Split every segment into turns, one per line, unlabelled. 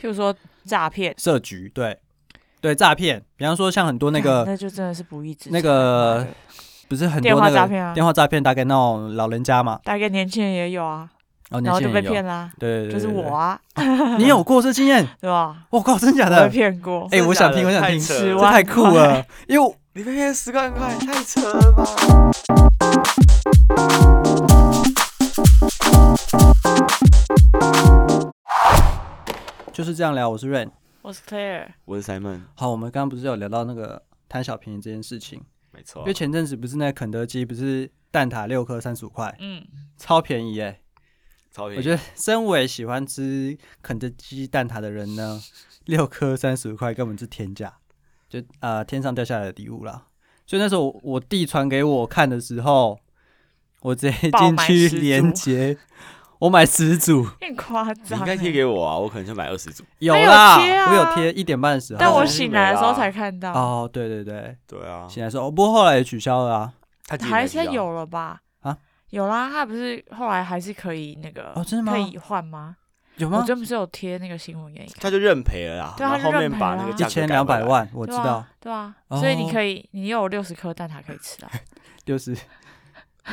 譬如说诈骗，
设局，对对，诈骗，比方说像很多那个
哎 那就真的是不义之财
那个
妈的
不是很多
电话
那个
诈骗啊
电话诈骗，大概那种老人家嘛，
大概年轻人也有啊，
然后
然
年
后
轻
就
人
被
也有
骗啦，
对对对，
就是
对
我，啊，
对你有过这经验？
对吧？
我靠，真假
我
的
被？骗过，
哎，
真
我
假
想
的
听，我想
太
听，
扯
这
了
太酷了，因为
你被骗十万块，太扯了吧！
就是这样聊。我是 Rain，
我是 Claire，
我是 Simon，
好，我们刚刚不是有聊到那个贪小便宜这件事情，
没
因
错
为，前阵子不是那肯德基不是蛋挞六颗三十五块，
嗯，
超便宜哎、
超便宜。
我觉得身为喜欢吃肯德基蛋挞的人呢，六颗三十五块根本是天价，就啊、呃天上掉下来的礼物啦。所以那时候我我弟传给我看的时候，我直接
爆
进
买
去
十组
连接，我买十组，
有点夸
你
张
应
欸，
该贴给我啊，我可能就买二十组。
有
有
啦，
贴啊
我有贴一点半的时候，
但我
是
醒
没
来的时候
啦
才看到，
哦，对对对，
对啊，
醒来说，哦，不过后来也取消了啊，
他几点
还
才
是
寄啊，
有了吧？
啊，
有啦，他不是后来还是可以那个，
哦真的吗
可以换吗？
有
我
吗？
真不是有贴那个新闻给你看，
他就认赔了啦。
对他
然后
就
后面
认赔
把
了
那
啊
个
一
价格
千
改
两
回来
百，万，我
我
知道，
对啊，
哦
所以你可以，你有六十颗蛋挞可以吃啊。
就是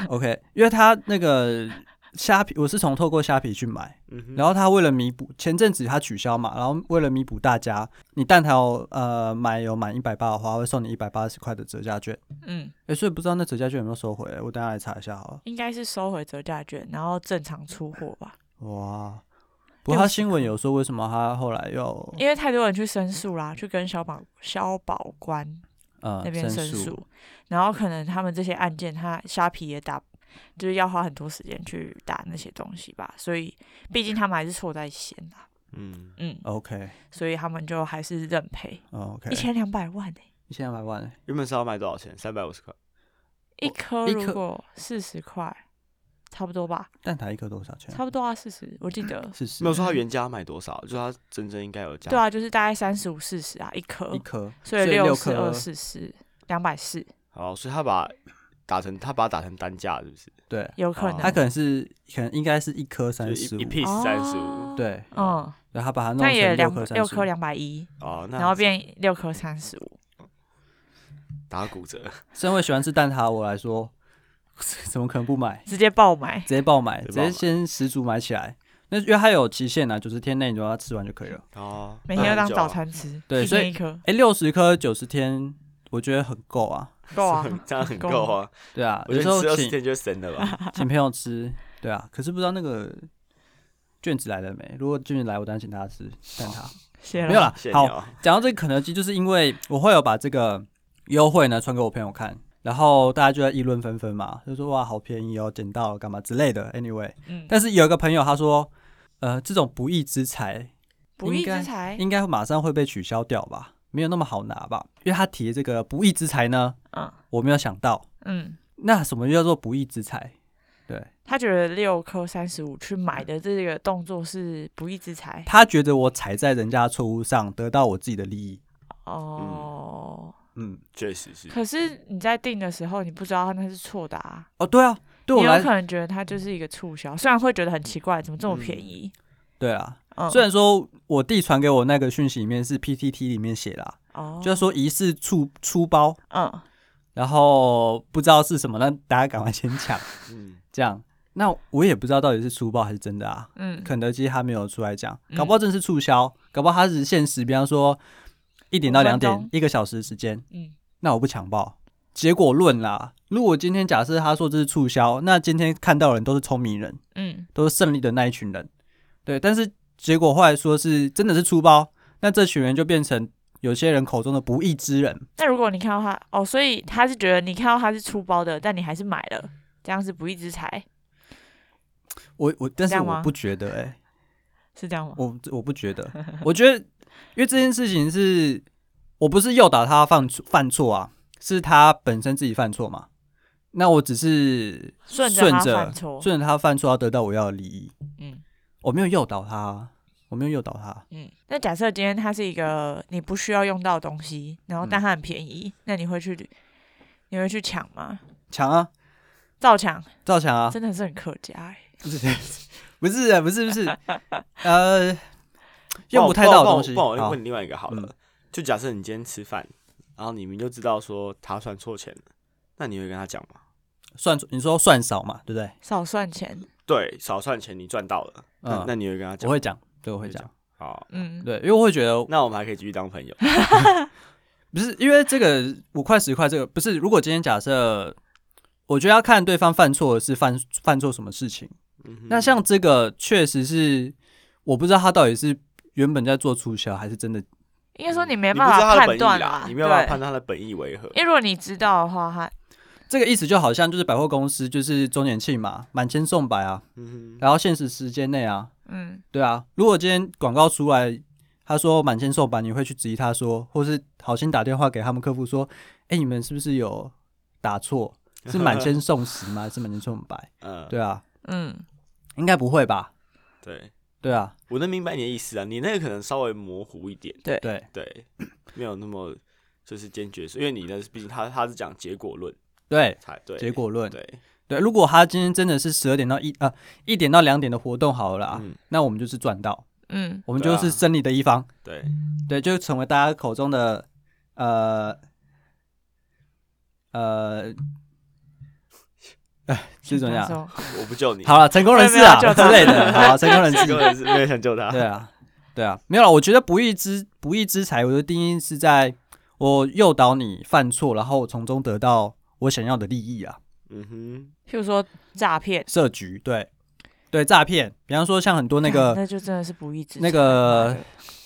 OK，因为他那个虾皮，我是从透过虾皮去买。
嗯
然
后
后他为了弥补前阵子他取消嘛，然后为了弥补大家，你蛋挞有呃买有满一百八的话，会送你一百八十块的折价券。
嗯，
哎，所以不知道那折价券有没有收回，我等下来查一下好了。
应该是收回折价券，然后正常出货吧。
哇，不过他新闻有说为什么他后来又
因为太多人去申诉啦，去跟消保消保官
呃
那边申
诉？
诉，然后可能他们这些案件，他虾皮也打，就是要花很多时间去打那些东西吧。所以毕竟他们还是错在先啦，
嗯，
嗯，
OK
所以他们就还是认赔
哦 OK，
一千两百万欸
一千两百万，
原本是要卖多少钱？三百五十块，
一颗
一颗
如果四十块，差不多吧，
蛋挞一颗多少钱？
差不多啊，四十，我记得。
四十
没有说他原价卖多少，就是他真正应该有价。
对，啊，就是大概三十五、四十啊，一颗
一，颗，
所以六
六
十二、
颗
四十、两百四，
好，所以他把打成他把它打成单价，是不是？
对，
有可
哦
能。
他可能是可能应该是一颗
就
三十
一
五
一，piece 三十五。
哦，
对，
嗯，
然后他把它弄
那也
成六
两
颗
六颗
35
两百一，
哦，那
然后变六颗三十五，
打骨折，
身为喜欢吃蛋挞的我来说， 怎么可能不买？
直接爆买。
直接爆买，直
直接爆
接
买
先十组买起来。那因为它有期限啊，九十天内你就要吃完就可以 了。
哦，
每天都当
那很久啊
早，餐吃，
对
一
所
天
以
一 颗
哎、六十颗九十天，我觉得很够啊。
够啊，
这样很
够
够啊。
对啊，
我
有
觉
时
得
候
你吃二十
请
天就神 了吧？
请朋友吃，对啊。可是不知道那个卷子来了没？如果卷子来，我当然请他吃蛋挞。
谢了。
没有啦
谢，谢你
好，
哦。
讲到这个肯德基，就是因为我会有把这个优惠呢传给我朋友看，然后大家就在议论纷纷嘛，就说哇好便宜哦，捡到了干嘛之类的。Anyway，
嗯，
但是有一个朋友他说，呃，这种不义之财
不义之财，
应该马上会被取消掉吧？没有那么好拿吧？因为他提的这个不义之财呢，
嗯
我没有想到，
嗯，
那什么叫做不义之财？对
他觉得六颗三十五去买的这个动作是不义之财
他觉得我踩在人家的错误上，得到我自己的利益。
哦。
嗯，
确实是，
可是你在订的时候，你不知道他那是错的啊。
哦，对啊，对我
你有
来
可，能觉得它就是一个促销，虽然会觉得很奇怪，怎么这么便宜？
对啊。
嗯，
嗯虽然说我弟传给我那个讯息里面是 PTT 里面写啦，
哦，
就是说疑似出出包，
嗯，
然后不知道是什么，那大家赶快先抢。
嗯，
这样，那我也不知道到底是粗暴还是真的啊。
嗯
肯德基他没有出来讲，
嗯
搞不好真的是促销，搞不好他只是限时，比方说一点到
五分
两
钟
点，一个小时的时间，
嗯
那我不强暴。结果论啦，如果今天假设他说这是促销，那今天看到的人都是聪明人，
嗯，
都是胜利的那一群人，对。但是结果后来说是真的是粗暴，那这群人就变成有些人口中的不义之人，
那如果你看到它，哦，所以他是觉得你看到它是出包的，但你还是买了，这样是不义之财，
我我，但
这
是
样
我
吗
不觉得哎、欸
是这样吗？
我我不觉得，我觉得，因为这件事情是我不是诱导他犯错犯错啊，是他本身自己犯错嘛。那我只是
顺着
顺
它
着
犯错，
顺着他犯错，要得到我要的利益。
嗯
我没有诱导他啊，我没有诱导他。
嗯。那假设今天它是一个你不需要用到的东西，然后但它很便宜，那你会去你会去抢吗？
抢啊，
照抢
照抢啊，
真的是很可嘉哎、
不是不是啊不是不是，呃，用不太到的东西。
不然我不然我
好
问你另外一个好了，
嗯
就假设你今天吃饭，然后你明就知道说他算错钱了，那你会跟他讲吗？
算你说算少嘛，对不对？
少算钱，对
对，少算钱你赚到了，那
嗯
那你会跟他讲？
我会讲，对，我会
你会
讲
讲，好，
嗯，
对，因为我会觉得
那我们还可以继续当朋友。
不是因为这个五块十块这个不是，如果今天假设，我觉得要看对方犯错是犯犯错什么事情。
嗯哼
那像这个确实是，我不知道他到底是原本在做促销，还是真的。
应该说你没
你不知
办
道
法
他的
判
本意
断啊
啦，你没
对，
有办法判断他的本意为何。
因为如果你知道的话，他
这个意思就好像就是百货公司就是周年庆嘛，满千送百啊，
嗯哼，
然后限时时间内啊，
嗯，
对啊。如果今天广告出来，他说满千送百，你会去质疑他说，或是好心打电话给他们客服说，哎、你们是不是有打错？是满千送十吗？还是满千送百？
嗯，
对啊，
嗯，
应该不会吧？
对，
对啊，
我能明白你的意思啊，你那个可能稍微模糊一点，
对
对，没有那么就是坚决，因为你呢，毕竟他他是讲结果论
对，
才对，
结果论
对，
对。如果他今天真的是十二点到一呃一点到两点的活动好了啊，
嗯，
那我们就是赚到，
嗯，
我们
对
就
啊
是胜利的一方，
对，
对，就成为大家口中的呃 呃，哎，是怎么
轻
样？
松松
我不救你，
好了，成功人
我
士啊
也没有要
之
叫他
类的，好，成功人
结
士
果，论是没有想救他，
对啊，对啊，没有了。我觉得不义之不义之财，我的定义是在我诱导你犯错，然后我从中得到我想要的利益啊。
嗯哼，
譬如说诈骗，
设局，对对，诈骗，比方说像很多那
干
个
那就真的是不义之财
那个
妈的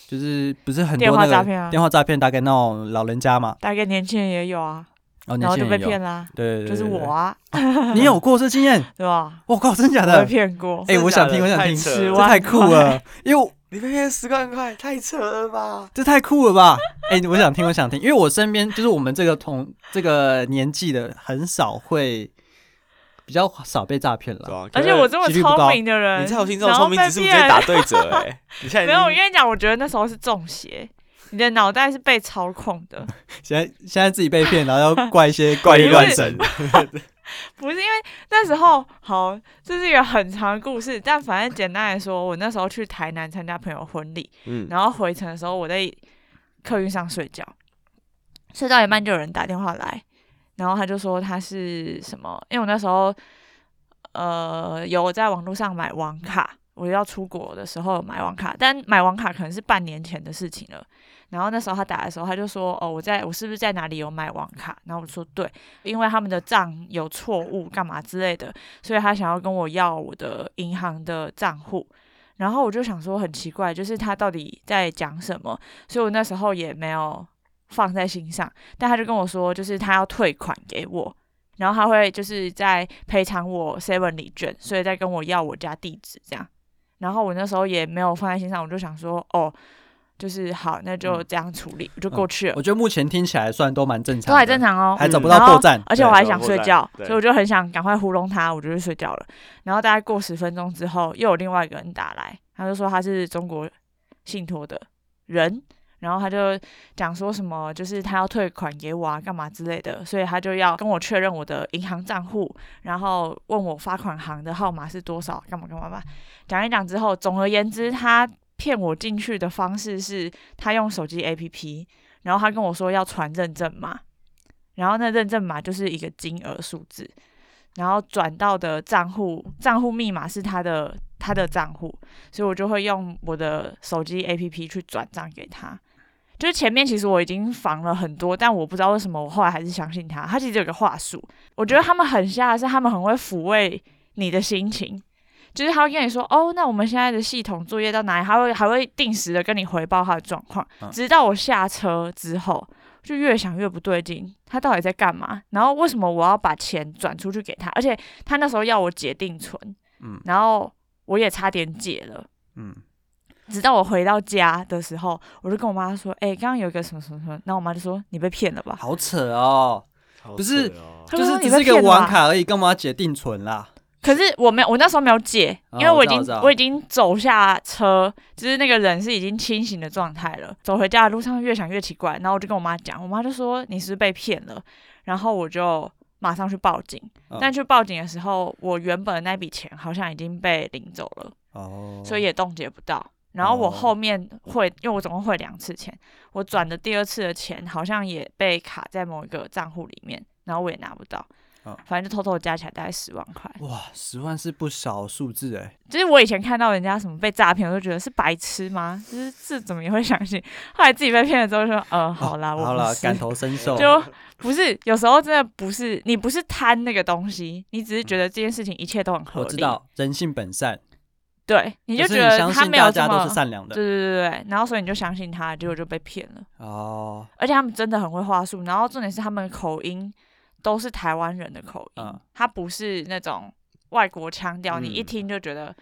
就是不是很
电
多
话
那个
诈骗啊
电话诈骗，大概那种老人家嘛，
大概年轻人也有啊，
然
然
后年
后
轻
就
人
被
也有
骗啦，
对对对，
就是
对
我，啊，
对你有过这经验？
对吧？
我靠，真假
我被
的？
骗过，
哎，我想听，我想听，
太扯
了
这太酷了，因为我
你被骗十万块，太扯了吧？
这太酷了吧？ 哎，我想听，我想听，因为我身边就是我们这个同这个年纪的很少会。比较少被诈骗
对
了，
啊，
而且我这么
几率不高
聪明的人，
你在我心中的
然后
聪明
被
指数直接
骗，
打对折 哎，你现在已
没有，
经
我跟你讲，我觉得那时候是中邪，你的脑袋是被操控的，
现在现在自己被骗，然后要怪一些
怪力
力
乱
乱
不是
神
神，
不是因为那时候好，这是一个很长的故事，但反正简单来说，我那时候去台南参加朋友婚礼，
嗯，
然后回程的时候我在客运上睡觉，睡到一半就有人打电话来，然后他就说他是什么，因为我那时候呃有在网络上买网卡，我要出国的时候买网卡，但买网卡可能是半年前的事情了。然后那时候他打的时候，他就说：“哦，我在我是不是在哪里有买网卡？”然后我说：“对，因为他们的账有错误，干嘛之类的，所以他想要跟我要我的银行的账户。”然后我就想说很奇怪，就是他到底在讲什么？所以我那时候也没有放在心上。但他就跟我说，就是他要退款给我，然后他会就是在赔偿我 Seven 礼券，所以再跟我要我家地址这样。然后我那时候也没有放在心上，我就想说，哦，就是好，那就这样处理，我就过去了，
嗯我觉得目前听起来算都蛮正常，
都还正，常哦。
还找不
嗯
到
然后
破绽。
而且
对
我还
对
想
我
睡
在
觉，
对
所以我就很想赶快糊弄他，我就去睡觉了。然后大概过十分钟之后，又有另外一个人打来，他就说他是中国信托的人，然后他就讲说什么就是他要退款给我啊，干嘛之类的，所以他就要跟我确认我的银行账户，然后问我发款行的号码是多少，干嘛干嘛嘛。讲一讲之后，总而言之，他骗我进去的方式是他用手机 APP，然后他跟我说要传认证码，然后那认证码就是一个金额数字，然后转到的账户账户密码是他的他的账户，所以我就会用我的手机 APP 去转账给他。就是前面其实我已经防了很多，但我不知道为什么我后来还是相信他。他其实有个话术，我觉得他们很瞎的是，他们很会抚慰你的心情。就是他会跟你说，哦，那我们现在的系统作业到哪里？他会还会定时的跟你回报他的状况。
嗯
直到我下车之后，就越想越不对劲，他到底在干嘛？然后为什么我要把钱转出去给他？而且他那时候要我解定存，
嗯
然后我也差点解了。
嗯，
直到我回到家的时候，我就跟我妈说：“哎、刚刚有一个什么什么什么。”然后我妈就说：“你被骗了吧
好扯哦，
好
不是
扯哦
她
就
说
是
你
只
被
是一个
骗了
网
吧
卡而已，干嘛要解定存啦？？”
可是我没有，我那时候没有解，
哦
因为已
我
经
知道我知道
已经走下车，就是那个人是已经清醒的状态了。走回家的路上越想越奇怪，然后我就跟我妈讲，我妈就说：“你是不是被骗了。”然后我就马上去报警，
嗯
但去报警的时候，我原本的那笔钱好像已经被领走了，
哦，
所以也冻结不到。然后我
哦
后面汇，因为我总共汇两次钱，我转的第二次的钱好像也被卡在某一个账户里面，然后我也拿不到，
哦
反正就偷偷加起来大概十万块。
哇，十万是不少数字哎，
就是我以前看到人家什么被诈骗，我就觉得是白痴吗？就是这怎么也会相信？后来自己被骗了之后就说，呃，好啦，我
哦好
不
啦，
是
感同身受，
就不是，有时候真的不是，你不是贪那个东西，你只是觉得这件事情一切都很合
我
理。
知，道人性本善，
对，你就是觉
你
得
相
他
信
没有
大
这
家
么
都是，善良
对
的
对对对，然后所以你就相信他，结果就被骗了。
哦，
而且他们真的很会话术，然后重点是他们的口音都是台湾人的口音，
嗯
他不是那种外国腔调，你一
嗯
听就觉得，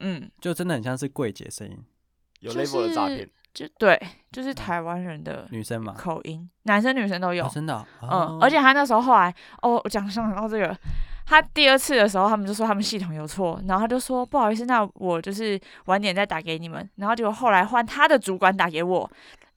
嗯，
就真的很像是柜姐声音，
有
就
label 的诈
是
骗，
就对，就是台湾人的
女生嘛，
口音，男生女生都有
哦，真的哦，
嗯
哦，
而且他那时候后来，哦，我讲上到这个，他第二次的时候，他们就说他们系统有错，然后他就说不好意思，那我就是晚点再打给你们，然后结果后来换他的主管打给我，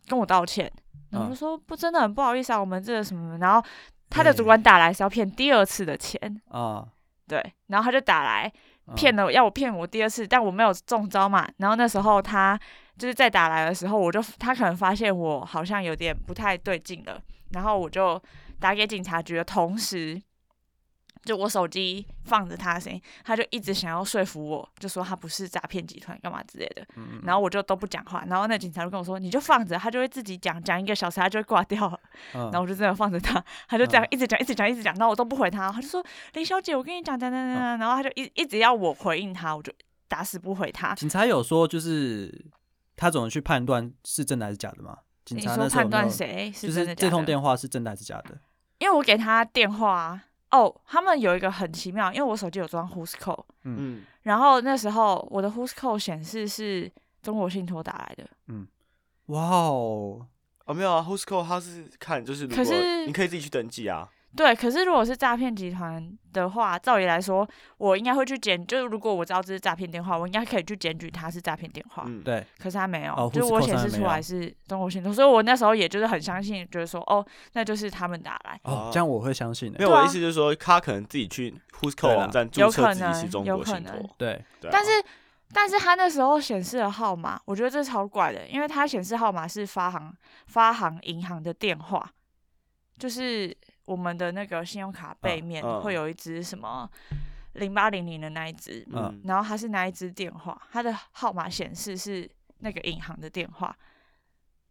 跟我道歉，然后我就说、不真的很不好意思啊，我们这个什么，然后他的主管打来是要骗第二次的钱，
啊，
对，然后他就打来
嗯
骗了，要我骗我第二次，但我没有中招嘛，然后那时候他就是在打来的时候，我就他可能发现我好像有点不太对劲了，然后我就打给警察局的同时，就我手机放着他的声音，他就一直想要说服我，就说他不是诈骗集团干嘛之类的，
嗯
然后我就都不讲话，然后那警察就跟我说你就放着，他就会自己讲，讲一个小时他就会挂掉了，
嗯
然后我就真的放着他，他就这样
嗯
一直讲，一直讲，一直讲，然后我都不回他，他就说林小姐，我跟你讲，讲讲
嗯
讲讲，然后他就一一直要我回应他，我就打死不回他。
警察有说，就是他怎么去判断是真的还是假的吗？警
你
察
说
那时候有
判
没有
断谁
就
真
是是
的
这
假
通
的？
电话是真的还是假的？
因为我给他电话啊哦，他们有一个很奇妙，因为我手机有装 Who's Call，
嗯，
然后那时候我的 Who's Call 显示是中国信托打来的，
哇哦，
哦没有啊 h o s c o 他是看就是如
可
果
是
你可以自己去登记啊，
对，可是如果是诈骗集团的话，照理来说，我应该会去检，就是如果我知道这是诈骗电话，我应该可以去检举他是诈骗电话。
嗯，
对，
可是他没有，
哦
就是我
Who's Call
显
上
示
面
出
没有
来是中国信托，所以我那时候也就是很相信，觉得说哦，那就是他们打来，
哦
哦，
这样我会相信的、欸
没有
对啊
我的意思就是说，他可能自己去 h o s c o
对啦
网站注
有
册
可
自己
能
是中
有
国
可
信
能
托，
对，
对啊
但是。但是他那时候显示的号码，我觉得这超怪的，因为他显示号码是发行发行银行的电话，就是我们的那个信用卡背
嗯
面
嗯
会有一只什么零八零零的那一只，
嗯
嗯，
然后他是那一支电话，他的号码显示是那个银行的电话，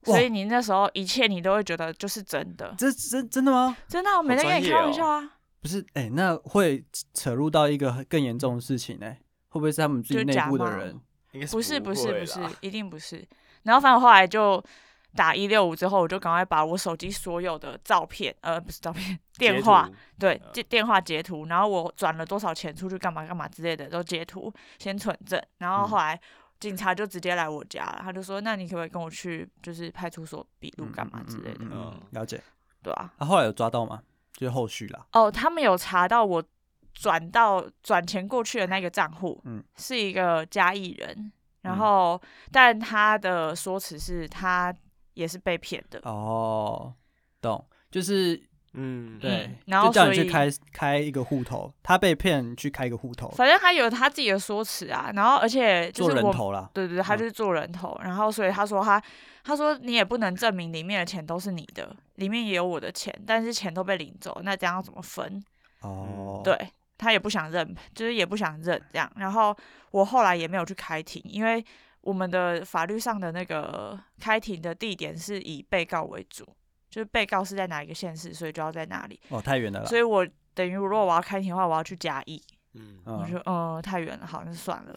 哇
所以你那时候一切你都会觉得就是真的，
这真真的吗？
真的啊、我没在跟
专
你
业
开玩
哦
笑啊，
不是，哎、那会扯入到一个更严重的事情呢、欸会不会是他们自己
就
内
假
部的
冒
人？
应该
不是
不
不是
会
不是
啦，
一定不是。然后反正我后来就打一六五之后，我就赶快把我手机所有的照片，呃，不是照片，电话，
截图嗯
对，截电话截图，然后我转了多少钱出去干嘛干嘛之类的都截图，先存证，然后后来
嗯
警察就直接来我家了，他就说，那你可不可以跟我去就是派出所笔录干嘛之类的，
嗯嗯嗯嗯
嗯
了解。
对啊，
啊，后来有抓到吗？就是后续啦。
哦，他们有查到我转到转钱过去的那个账户，
嗯
是一个嘉义人，
嗯
然后、但他的说辞是他也是被骗的，
哦，懂，就是
嗯，
对，
嗯然后
就叫你
所
去
以
开开一个户头，他被骗你去开一个户头，
反正他有他自己的说辞啊，然后而且就
做
是
人
我。
头啦。
对对对，他
嗯
就是做人头，然后所以他说他，他说你也不能证明里面的钱都是你的，里面也有我的钱，但是钱都被领走，那这样要怎么分？
哦，
嗯对他也不想认，就是也不想认这样。然后我后来也没有去开庭，因为我们的法律上的那个开庭的地点是以被告为主，就是被告是在哪一个县市，所以就要在哪里。
哦，太远了啦。
所以我等于如果我要开庭的话，我要去嘉义，
嗯，
我
嗯
就嗯太远了，好那算了，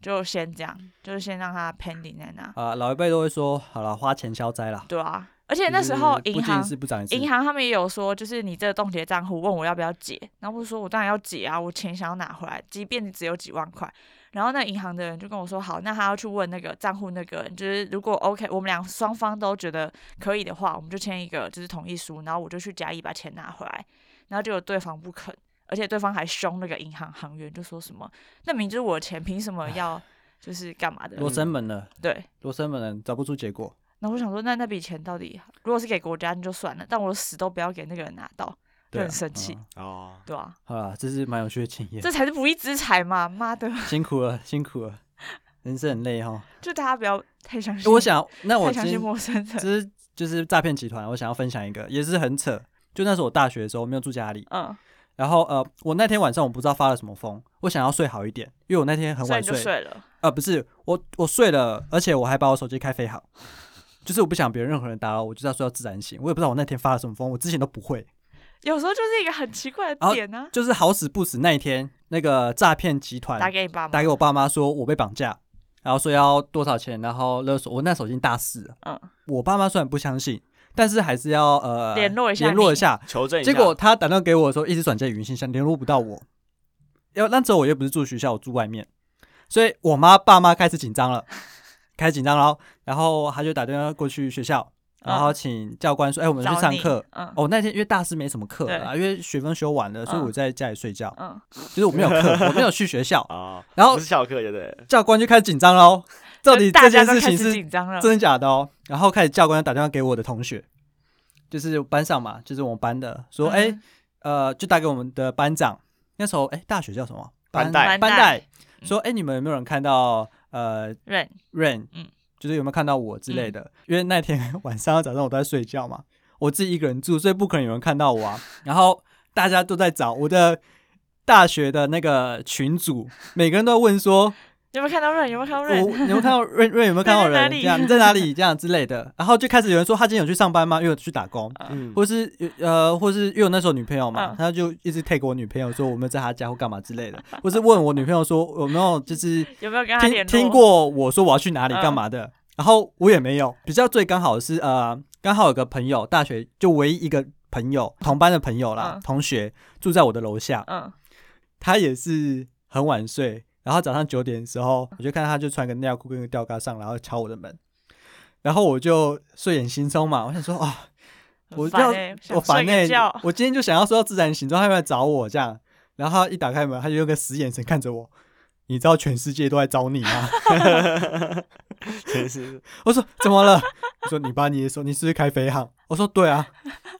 就先这样，就是先让他 pending 在那，
啊，老一辈都会说，好了，花钱消灾啦。
对啊。而且那时候
就是
银
不进
行
一次不长一智，
银行他们也有说，就是你这个冻结账户，问我要不要解，然后我就说我当然要解啊，我钱想要拿回来，即便只有几万块。然后那银行的人就跟我说，好，那他要去问那个账户那个人，就是如果 OK，我们俩双方都觉得可以的话，我们就签一个就是同意书，然后我就去甲乙把钱拿回来，然后结果对方不肯，而且对方还凶那个银行行员，就说什么那明明就是我的钱，凭什么要就是干嘛的？
罗生门了，
对，
罗生门了，找不出结果。
然后我想说，那那笔钱到底如果是给国家那就算了，但我死都不要给那个人拿到，就
对啊，
很生气。
嗯
哦，
对啊，
好啦，这是蛮有趣的经验
这，才是不义之财嘛！妈的，
辛苦了，辛苦了。人生很累哈。
就大家不要太相信，
我想，那我
太相
今
信
天
陌生人。
这是就是诈骗集团，我想要分享一个，也是很扯。就那时候我大学的时候，我没有住家里，
嗯，
然后呃，我那天晚上我不知道发了什么疯，我想要睡好一点，因为我那天很
所以
晚
你就
睡，
睡了。
呃，不是我我睡了，而且我还把我手机开飞好， 就是我不想别人任何人打扰我，我就是要睡到自然醒。我也不知道我那天发了什么疯，我之前都不会，
有时候就是一个很奇怪
然
的
后
点呢、
就是好死不死那一天，那个诈骗集团
打给你爸妈
打，给我爸妈说我被绑架，然后说要多少钱，然后勒索我那时候已经大四了，
嗯，
我爸妈虽然不相信，但是还是要呃
联络一下
联络
你
一下。
求证一下。
结果他打电话给我的时候，一直转接语音信箱，联络不到我。要那时候我又不是住学校，我住外面，所以我妈爸妈开始紧张了，开始紧张了，然后然后他就打电话过去学校，然后请教官说：“哎、我们
嗯
去
找
上
你
课。”
嗯
哦，那天因为大四没什么课了啊，因为学分修完了，所以
嗯
我在家里睡觉，
嗯，
就是我没有课，我没有去学校。
啊，
然后
不是翘课，对不对？
教官就开始紧张喽，到底
就大
这
家都
件事
开
情
始
是
紧张了，
真的假的哦？然后开始教官打电话给我的同学，就是班上嘛，就是我们班的，说
嗯
哎、呃，就打给我们的班长。那时候哎、大学叫什么？
班
代
代
班
班
代
代嗯
说哎、你们有没有人看到呃
认
Rain？
嗯
就是有没有看到我之类的？因为那天晚上早上我都在睡觉嘛，我自己一个人住，所以不可能有人看到我啊。然后大家都在找我的大学的那个群组，每个人都在问说。
有没有看到认？有没有看到
我
认？
你有没有看到瑞瑞有没有看到
哦 在哪
人？这
里
样你在哪里？这样之类的。然后就开始有人说他今天有去上班吗？因为我去打工，
嗯，
或是呃，或是因为我那时候女朋友嘛
嗯，
他就一直 take 我女朋友说我们在她家或干嘛之类的，或是问我女朋友说有 没有就是
有没有跟他
听
联络？
听过我说我要去哪里
嗯
干嘛的。然后我也没有，比较最刚好的是呃，刚好有个朋友，大学就唯一一个朋友，同班的朋友啦，
嗯
同学住在我的楼下，
嗯，
他也是很晚睡，然后早上九点的时候，我就看到他就穿个尿裤跟个吊嘎上，然后敲我的门，然后我就睡眼惺忪嘛，我想说啊、我
很烦
要
欸
我
想
烦
睡
内、
个觉，
我今天就想要睡到自然醒，之后他又来找我这样，然后他一打开门，他就用个死眼神看着我，你知道全世界都在找你吗？
真是
我说怎么了？我说你把你的手，你是不是开飞航？我说对啊。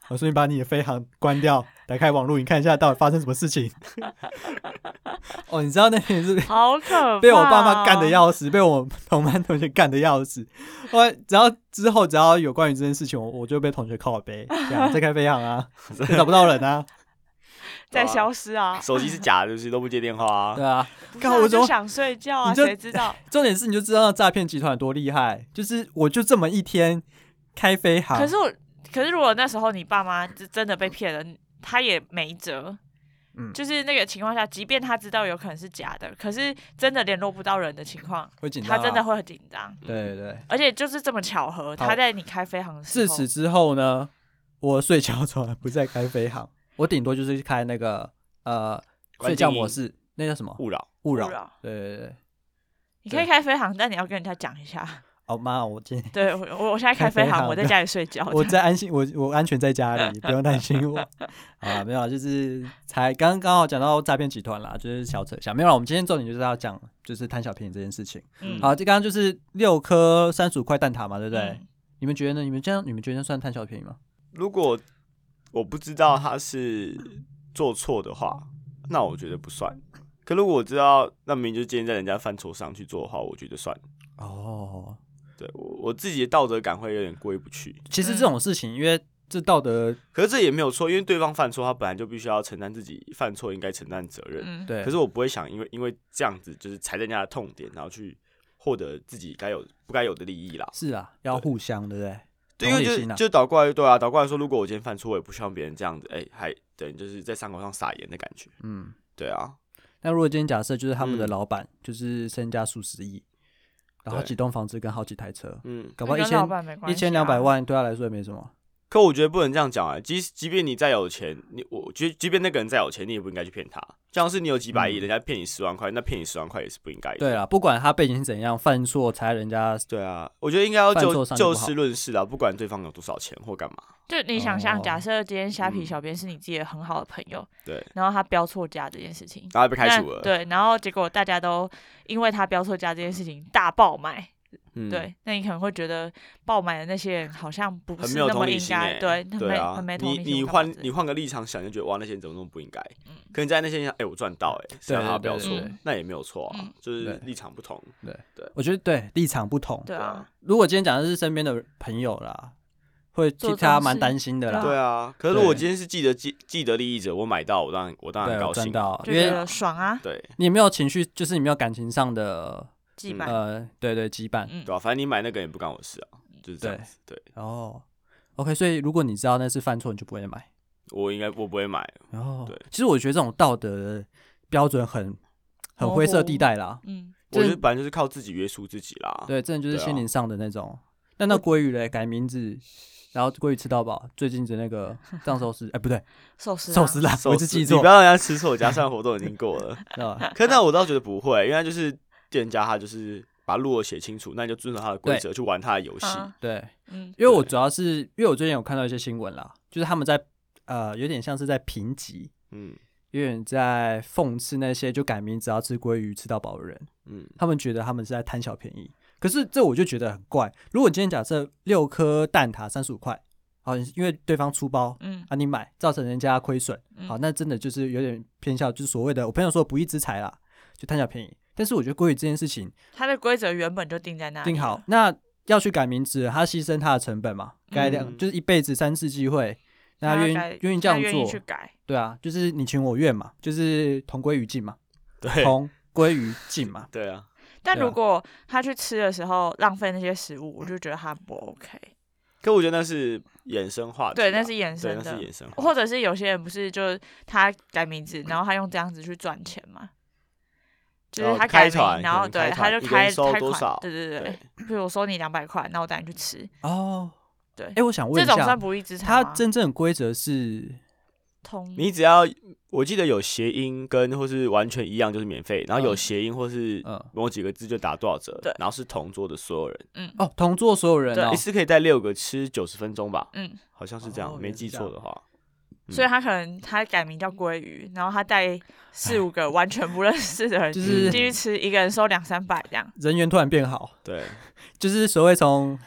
我说你把你的飞航关掉，打开网络，你看一下到底发生什么事情。 哦，你知道那天是
好可怕、哦，
被我爸妈干的。要死，被我同班同学干的要死。我只要之后只要有关于这件事情，我我就被同学靠背，这样在开飞 航啊，找不到人啊，
再消失啊！
手机是假的，就是都不接电话啊
对。啊。
不是
干
啊
我
我
怎么
就想睡觉啊，
你就
谁知道？
重点是你就知道那诈骗集团有多厉害，就是我就这么一天开飞航，
可是我，可是如果那时候你爸妈真真的被骗了，他也没辙。
嗯
就是那个情况下，即便他知道有可能是假的，可是真的联络不到人的情况，
会紧张、
他
啊，
真的会很紧张。
对对对。
而且就是这么巧合，
好
他在你开飞航的时
自
候，
此之后呢，我睡觉从来不再开飞航，我顶多就是开那个呃睡
关静
觉
音
模式，那叫什么
勿扰，
勿
勿扰。
对对对，
你可以开飞航，但你要跟人家讲一下。
哦妈，我今天
对我，我现在
开
开
飞
飞
航
航，我在家里睡觉。
我在安心，我我安全在家里，不用担心 我。啊，没有啦，就是才刚刚好讲到诈骗集团啦，就是小扯一下。没有啦，我们今天重点就是要讲就是贪小便宜这件事情。
嗯，
好，这刚刚就是六颗三十五块蛋挞嘛，对不对？
嗯，
你们觉得呢？你们这样，你们觉得算贪小便宜吗？
如果我不知道他是做错的话，那我觉得不算。可如果我知道，那明明就建立在人家犯错上去做的话，我觉得算。
哦，
对我我自己的道德感会有点过意不去。
其
嗯
实这种事情，因为这道德
可是这也没有错，因为对方犯错，他本来就必须要承担自己犯错应该承担的责任。
嗯，
对，
可是我不会想，因为因为这样子就是踩在人家的痛点，然后去获得自己该有不该有的利益啦。
是啊，要
对
互相，对不对？
对，因
同
为
理
就
心啊
就倒过来对啊，倒过来说，如果我今天犯错，我也不希望别人这样子，哎、还等于就是在伤口上撒盐的感觉。
嗯，
对啊，
那如果今天假设就是他们的
嗯
老板就是身家数十亿，然后
对
几栋房子跟好几台车，
嗯。
搞不好
那
一
跟
千
老板没关
一
系啊
千两百，万对他来说也没什么。
可我觉得不能这样讲啊、即即便你再有钱，你我觉得即便那个人再有钱，你也不应该去骗他。就像是你有几百亿，
嗯
人家骗你十万块，那骗你十万块也是不应该的。
对啊，不管他背景是怎样，犯错才人家
对啊，我觉得应该要
犯
就
错上就
就
不好
事论事啊，不管对方有多少钱或干嘛。
就你想象，
哦
假设今天虾皮
嗯
小编是你自己的很好的朋友，
对，
然后他标错价这件事情，
然后被开
那
除了。
对，然后结果大家都因为他标错价这件事情大爆买，
嗯，
对，那你可能会觉得爆满的那些人好像不
很
是
没有
那
同
么
理
应
心
该，
欸
对，很
对
没
啊，
很没同
你
理心
你
或干嘛
换
之类的。
你换个立场想，就觉得哇，那些人怎么那么不应该？
嗯
可能在那些人想，哎、我赚到、哎，
对
想他不
对
要
对
错
对，
那也没有错啊
嗯，
就是
对
立场不同。
我觉得对立场不同。
对啊，
如果今天讲的是身边的朋友啦，会替
做
他
中
蛮
式
担心的啦。
对啊，可是
对
如果今天是既得既既得利益者，我买到，我当然我当
对，
然
我
啊高
赚
兴。
到，
就
因
觉
为
得爽啊，
对
你没有情绪，就是你没有感情上的
祭
嗯
拜。
呃，对对羁绊。
嗯
对吧、啊反正你买那个也不干我事啊，就是这样子。对
哦，OK，所以如果你知道那是犯错，你就不会买。
我应该我不会买，
然后，
对，
其实我觉得这种道德的标准很很灰色
模糊
地带啦。
嗯，
我
这
就本来就是靠自己约束自己啦。
对，真的就是
对啊
心灵上的那种。那那鲑鱼嘞，改名字，然后鲑鱼吃到饱。最近的那个 藏寿司，哎，不对，
寿司啊
寿司啦，
寿司，
我一直记错
你不，要让人家吃错，加上活动已经过了。
知道吧？
可是那我倒觉得不会，因为他就是店家，他就是把路写清楚，那你就遵守他的规则去玩他的游戏。
啊
对，
嗯，
因为我
对
主要是因为我最近有看到一些新闻啦，就是他们在呃，有点像是在评级，
嗯
有点在讽刺那些就改名只要吃鲑鱼吃到饱的人。
嗯，
他们觉得他们是在贪小便宜。可是这我就觉得很怪。如果今天假设六颗蛋挞三十五块，好，因为对方出包
嗯
啊，你买造成人家亏损，
嗯
好，那真的就是有点偏向就是所谓的我朋友说不义之财啦，就贪小便宜。但是我觉得鲑鱼这件事情
它的规则原本就定在那里了，啊
定好，那要去改名字，他牺牲他的成本嘛，改两、
嗯
就是一辈子三次机会，那
他
他愿
改
意愿意这
他
样
愿意去
做，
改，
对啊，就是你情我愿嘛，就是同归于尽嘛，
对
同归于尽 嘛，
对啊，
但
对啊
如果他去吃的时候浪费那些食物，我就觉得他不 OK。
可我觉得那是衍生话题啊，
对，那是衍
对
生
那是
的，
衍生话题，
或者是有些人不是就是他改名字，然后他用这样子去赚钱嘛，就
然
是
后
他
哦开
改名，
团
然
可
后
能
对
开
他
团
就
一个人
开
收
开
多
款
少，
对对对
对，
比如我收你两百块，那我带你去吃，
哦。
对
哎、我想问
这
一下，
种算不义之财
它
吗？嗯
真正的规则是
通
你只要我记得有谐音跟或是完全一样就是免费，然后有
嗯
谐音或是
嗯
某几个字就打多少折
对，
然后是同桌的所有人，
嗯
哦，同桌所有人哦
一，次可以带六个吃九十分钟吧，
嗯，
好像是这
哦
样，没
原来
记
是这样
错的话。嗯
所以他可能他改名叫鲑鱼，然后他带四五个完全不认识的人
就
进
是
去吃，一个人收两三百这样，
人缘突然变好，
对
就是所谓从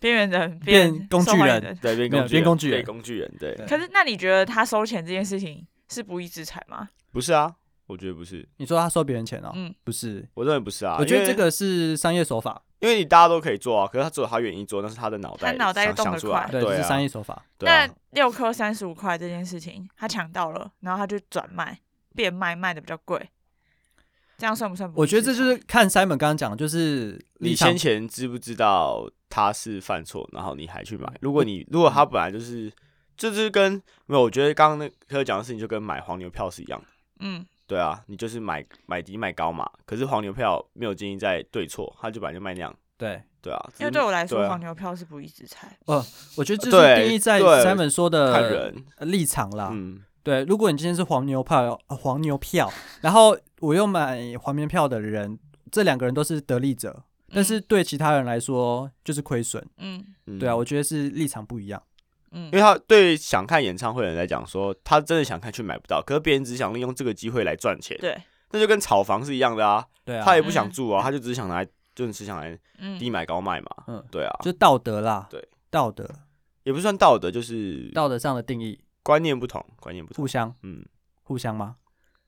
边缘人
变工
受
具
欢迎
人
人。
对，变
没有
工具
变
人，
工具
对
人
工具人，对
对，
可是那你觉得他收钱这件事情是不义之财吗？
不是啊，我觉得不是，
你说他收别人钱哦，
嗯，
不是，
我认为不是啊，
我觉
因
得
为
这个是商业手法，
因为你大家都可以做啊，可是他只有他愿意做，那是他的脑袋
他脑袋
想
动得
想出来，
快
对，
对
这
啊，
是商业手法，
对啊
那六颗三十五块这件事情，他抢到了，然后他就转卖，变卖卖的比较贵，这样算不算不
我
义
觉
之财？
得这就是看 Simon 刚刚讲的，就是立
你
场
先，前知不知道他是犯错，然后你还去买？如果你如果
嗯
他本来就是，这就是跟没有，我觉得刚刚那科讲的事情就跟买黄牛票是一样的。
嗯，
对啊，你就是买买低卖高嘛。可是黄牛票没有建议在对错，他就本来就卖那样。
对，
对啊，
因为对我来
对
说，
啊
黄牛票是不义之财。
我觉得这
对
是定义在
对
Simon 说
看
的呃
人，
立场啦，
嗯，
对，如果你今天是黄牛票，呃黄牛票，然后我又买黄牛票的人，这两个人都是得利者，但是对其他人来说就是亏损。
嗯
嗯
对啊，我觉得是立场不一样。
嗯
因为他对想看演唱会的人来讲，说他真的想看却买不到，可是别人只想利用这个机会来赚钱，
对，
那就跟炒房是一样的啊。
对啊，
他也不想住啊，他就只是想来，就是只想来
嗯
低买高卖嘛。
嗯
对啊，
就道德啦，
对，
道德
也不算道德，就是
道德上的定义，
观念不同，观念不同
互。相
嗯，
互相吗？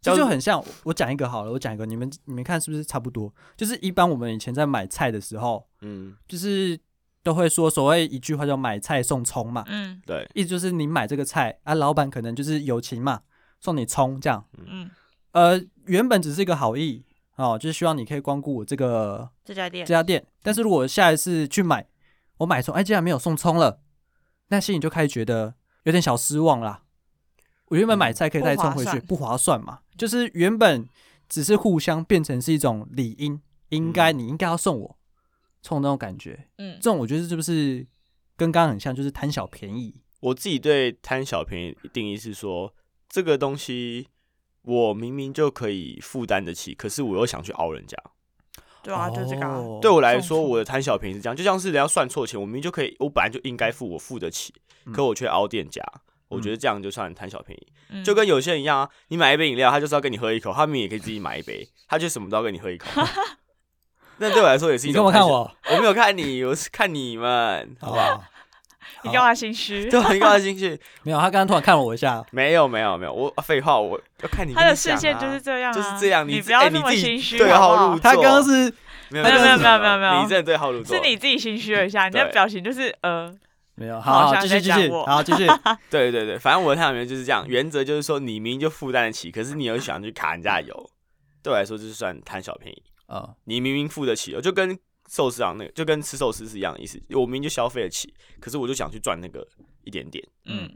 叫
这就很像我讲一个好了，我讲一个，你们你们看是不是差不多？就是一般我们以前在买菜的时候，
嗯，
就是都会说所谓一句话叫“买菜送葱”嘛，
嗯
对，
意思就是你买这个菜啊，老板可能就是友情嘛，送你葱这样。
嗯，
呃，原本只是一个好意哦，就是希望你可以光顾我这个
这家
这
店
家店。但是如果下一次去买，我买葱，哎，竟然没有送葱了，那心里就开始觉得有点小失望啦。我原本买菜可以带葱回去，
嗯
不划算嘛。就是原本只是互相变成是一种理应，应该你应该要送我葱那种感觉。
嗯
这种我觉得是不是跟刚刚很像，就是贪小便宜？
我自己对贪小便宜的定义是说，这个东西我明明就可以负担得起，可是我又想去熬人家。
对啊，就这个啊。
哦
对我来说，
送错
我的贪小便宜是这样，就像是人家算错钱，我明明就可以，我本来就应该付，我付得起，
嗯
可我却熬店家。我觉得这样就算贪小便宜，
嗯
就跟有些人一样啊， 你买一杯饮料，他就是要跟你喝一口，他明明也可以自己买一杯，他就什么都要跟你喝一口。那对我来说也是一
你
种。
干嘛看？我？
我没有看你，我是看你们。
好不 好？
你干嘛心虚？
对，你搞进去？
没有，他刚刚突然看了我一下，
没有没有没有，我废话，我要看你跟你讲啊。
他的视线就是这样、啊，
就是这样你
你
自
不要
哎
那
你
么
自己
心虚，
对
好不
号入
好
座
他刚刚是
没有
没有没
有没有没有
你真的对号入座，
是你自己心虚了一下，你的
对
表情就是呃，
没有，
好
好好
像
继
在
续继
讲
续，
我
好继续，
对对对，反正我的太阳能就是这样，原则就是说你明明就负担得起，可是你又想去卡人家的油，对我来说就是算贪小便宜。
嗯，
你明明付得起，就跟寿司郎那个，就跟吃寿司是一样的意思。我明明就消费得起，可是我就想去赚那个一点点。
嗯，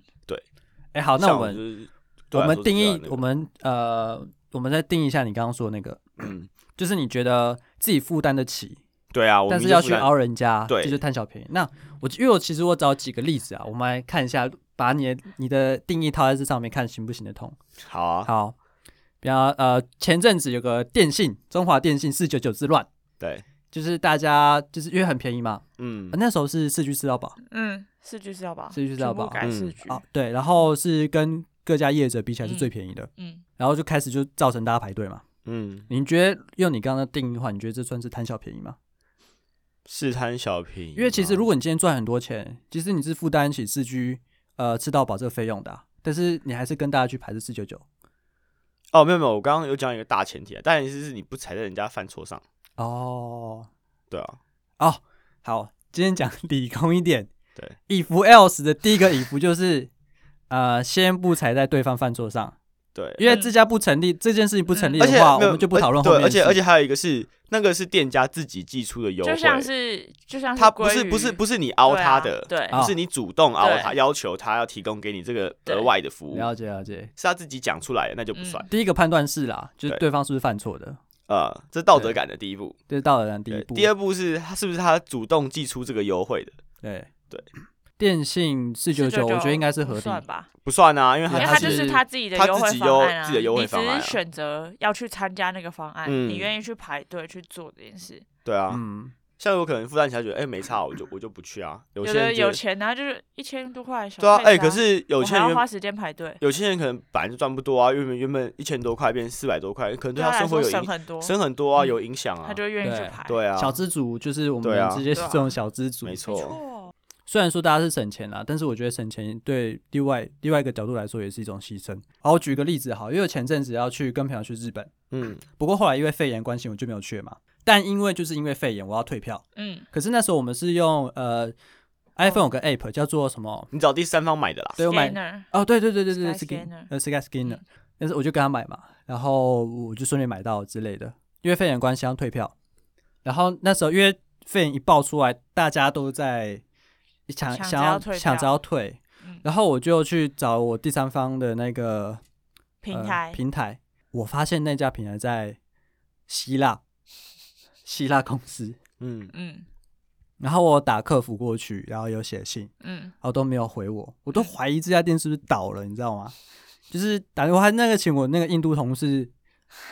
哎，好，那
像
我
我
们
就是对
我
来
们
说
定
就是
义
这样的那个
我们呃，我们再定义一下你刚刚说的那个，
嗯，
就是你觉得自己负担得起，
对啊，我
但
们
是要
就
去
负担
凹人家，
对
这就是贪小便宜。那我因为我其实我找几个例子啊，我们来看一下，把你的你的定义套在这上面，看行不行得通。
好啊，
好，比方呃，前阵子有个电信，中华电信四九九之乱，
对，
就是大家就是因为很便宜嘛，
嗯
呃那时候是四 G 吃到饱
嗯，四句是要吧？
四句是要吧
全部改
嗯
四句，
啊，对，然后是跟各家业者比起来是最便宜的，
嗯，
然后就开始就造成大家排队嘛。
嗯，
你觉得用你刚刚的定义的话，你觉得这算是贪小便宜吗？
是贪小便宜吗，
因为其实如果你今天赚很多钱，其实你是负担起四 G 呃吃到饱这个费用的啊、但是你还是跟大家去排这四九九
哦没有没有，我刚刚有讲一个大前提啊，大前提是你不踩在人家犯错上，
哦。
对啊，
哦，好，今天讲理工一点。
对
，if else 的第一个 if 就是，呃，先不踩在对方犯错上，
对，嗯
因为自家不成立这件事情不成立
而
的
且
话，
没有
我们就不讨论
而
后面
对，
的
而且
事
而且还有一个是那个是店家自己寄出的优惠，
就像是就像
他不
鲑
是
鱼
不是不是你凹
对啊
他的，
对
啊
不是你主动凹
对
他，要求他要提供给你这个
对
额外的服务，
了解了解。
是他自己讲出来的，那就
嗯
不算。
第一个判断是啦，就是
对
对方是不是犯错的，
呃，这是道德感的第一步。
这是到了第一
对，
步。
第二步是他是不是他主动寄出这个优惠的？
对
对，
电信四九九，
499
我觉得应该是合
不算
理。
吧，
不算啊，因为
因
他
为
对
他
它
就是是他自己的
他
优惠
自己
方
优
案啊，
自己的优惠方案
你
啊
只是选择要去参加那个方案，
嗯
你愿意去排队去做这件事。
对啊，
嗯，
像我可能负担起来觉得，哎，没差，我就我就不去啊。有
有
些
的
人就
有钱然后就是一千多块小
对啊，
费
哎，
啊
可是有
我
些
还
人
要
原
花时间排队，
有些人可能本来就赚不多啊，原本原本一千多块变四百多块，可能对
他
他
啊来
生活
说
有
省
影
很多，
省很多啊，
嗯
有影响啊
他。就愿意去
对
排。
对啊，
小资族就是我
对
们
啊
这些
对啊
这种小资族，
没
没
错，
错，
虽然说大家是省钱啦，但是我觉得省钱对另外另外一个角度来说也是一种牺牲。好，我举个例子好，因为我前阵子要去跟朋友去日本，
嗯，
不过后来因为肺炎关系我就没有去嘛。但因为就是因为肺炎，我要退票。
嗯，
可是那时候我们是用呃 iPhone 有个 App 叫做什么？
你找第三方买的啦。
对，我买
Scanner
哦，对对对对对
Sky Scanner
呃 Sky Scanner，
嗯
但是我就跟他买嘛，然后我就顺便买到之类的，因为肺炎关系要退票。然后那时候因为肺炎一爆出来，大家都在抢
抢着
想
要
要
退
抢着
票
要退
嗯，
然后我就去找我第三方的那个
平
呃
台，
平台，我发现那家平台在希腊，希腊公司。
嗯，
嗯
然后我打客服过去，然后有写信，
嗯，
然后都没有回我，我都怀疑这家店是不是倒了，你知道吗？就是打我还那个请我那个印度同事，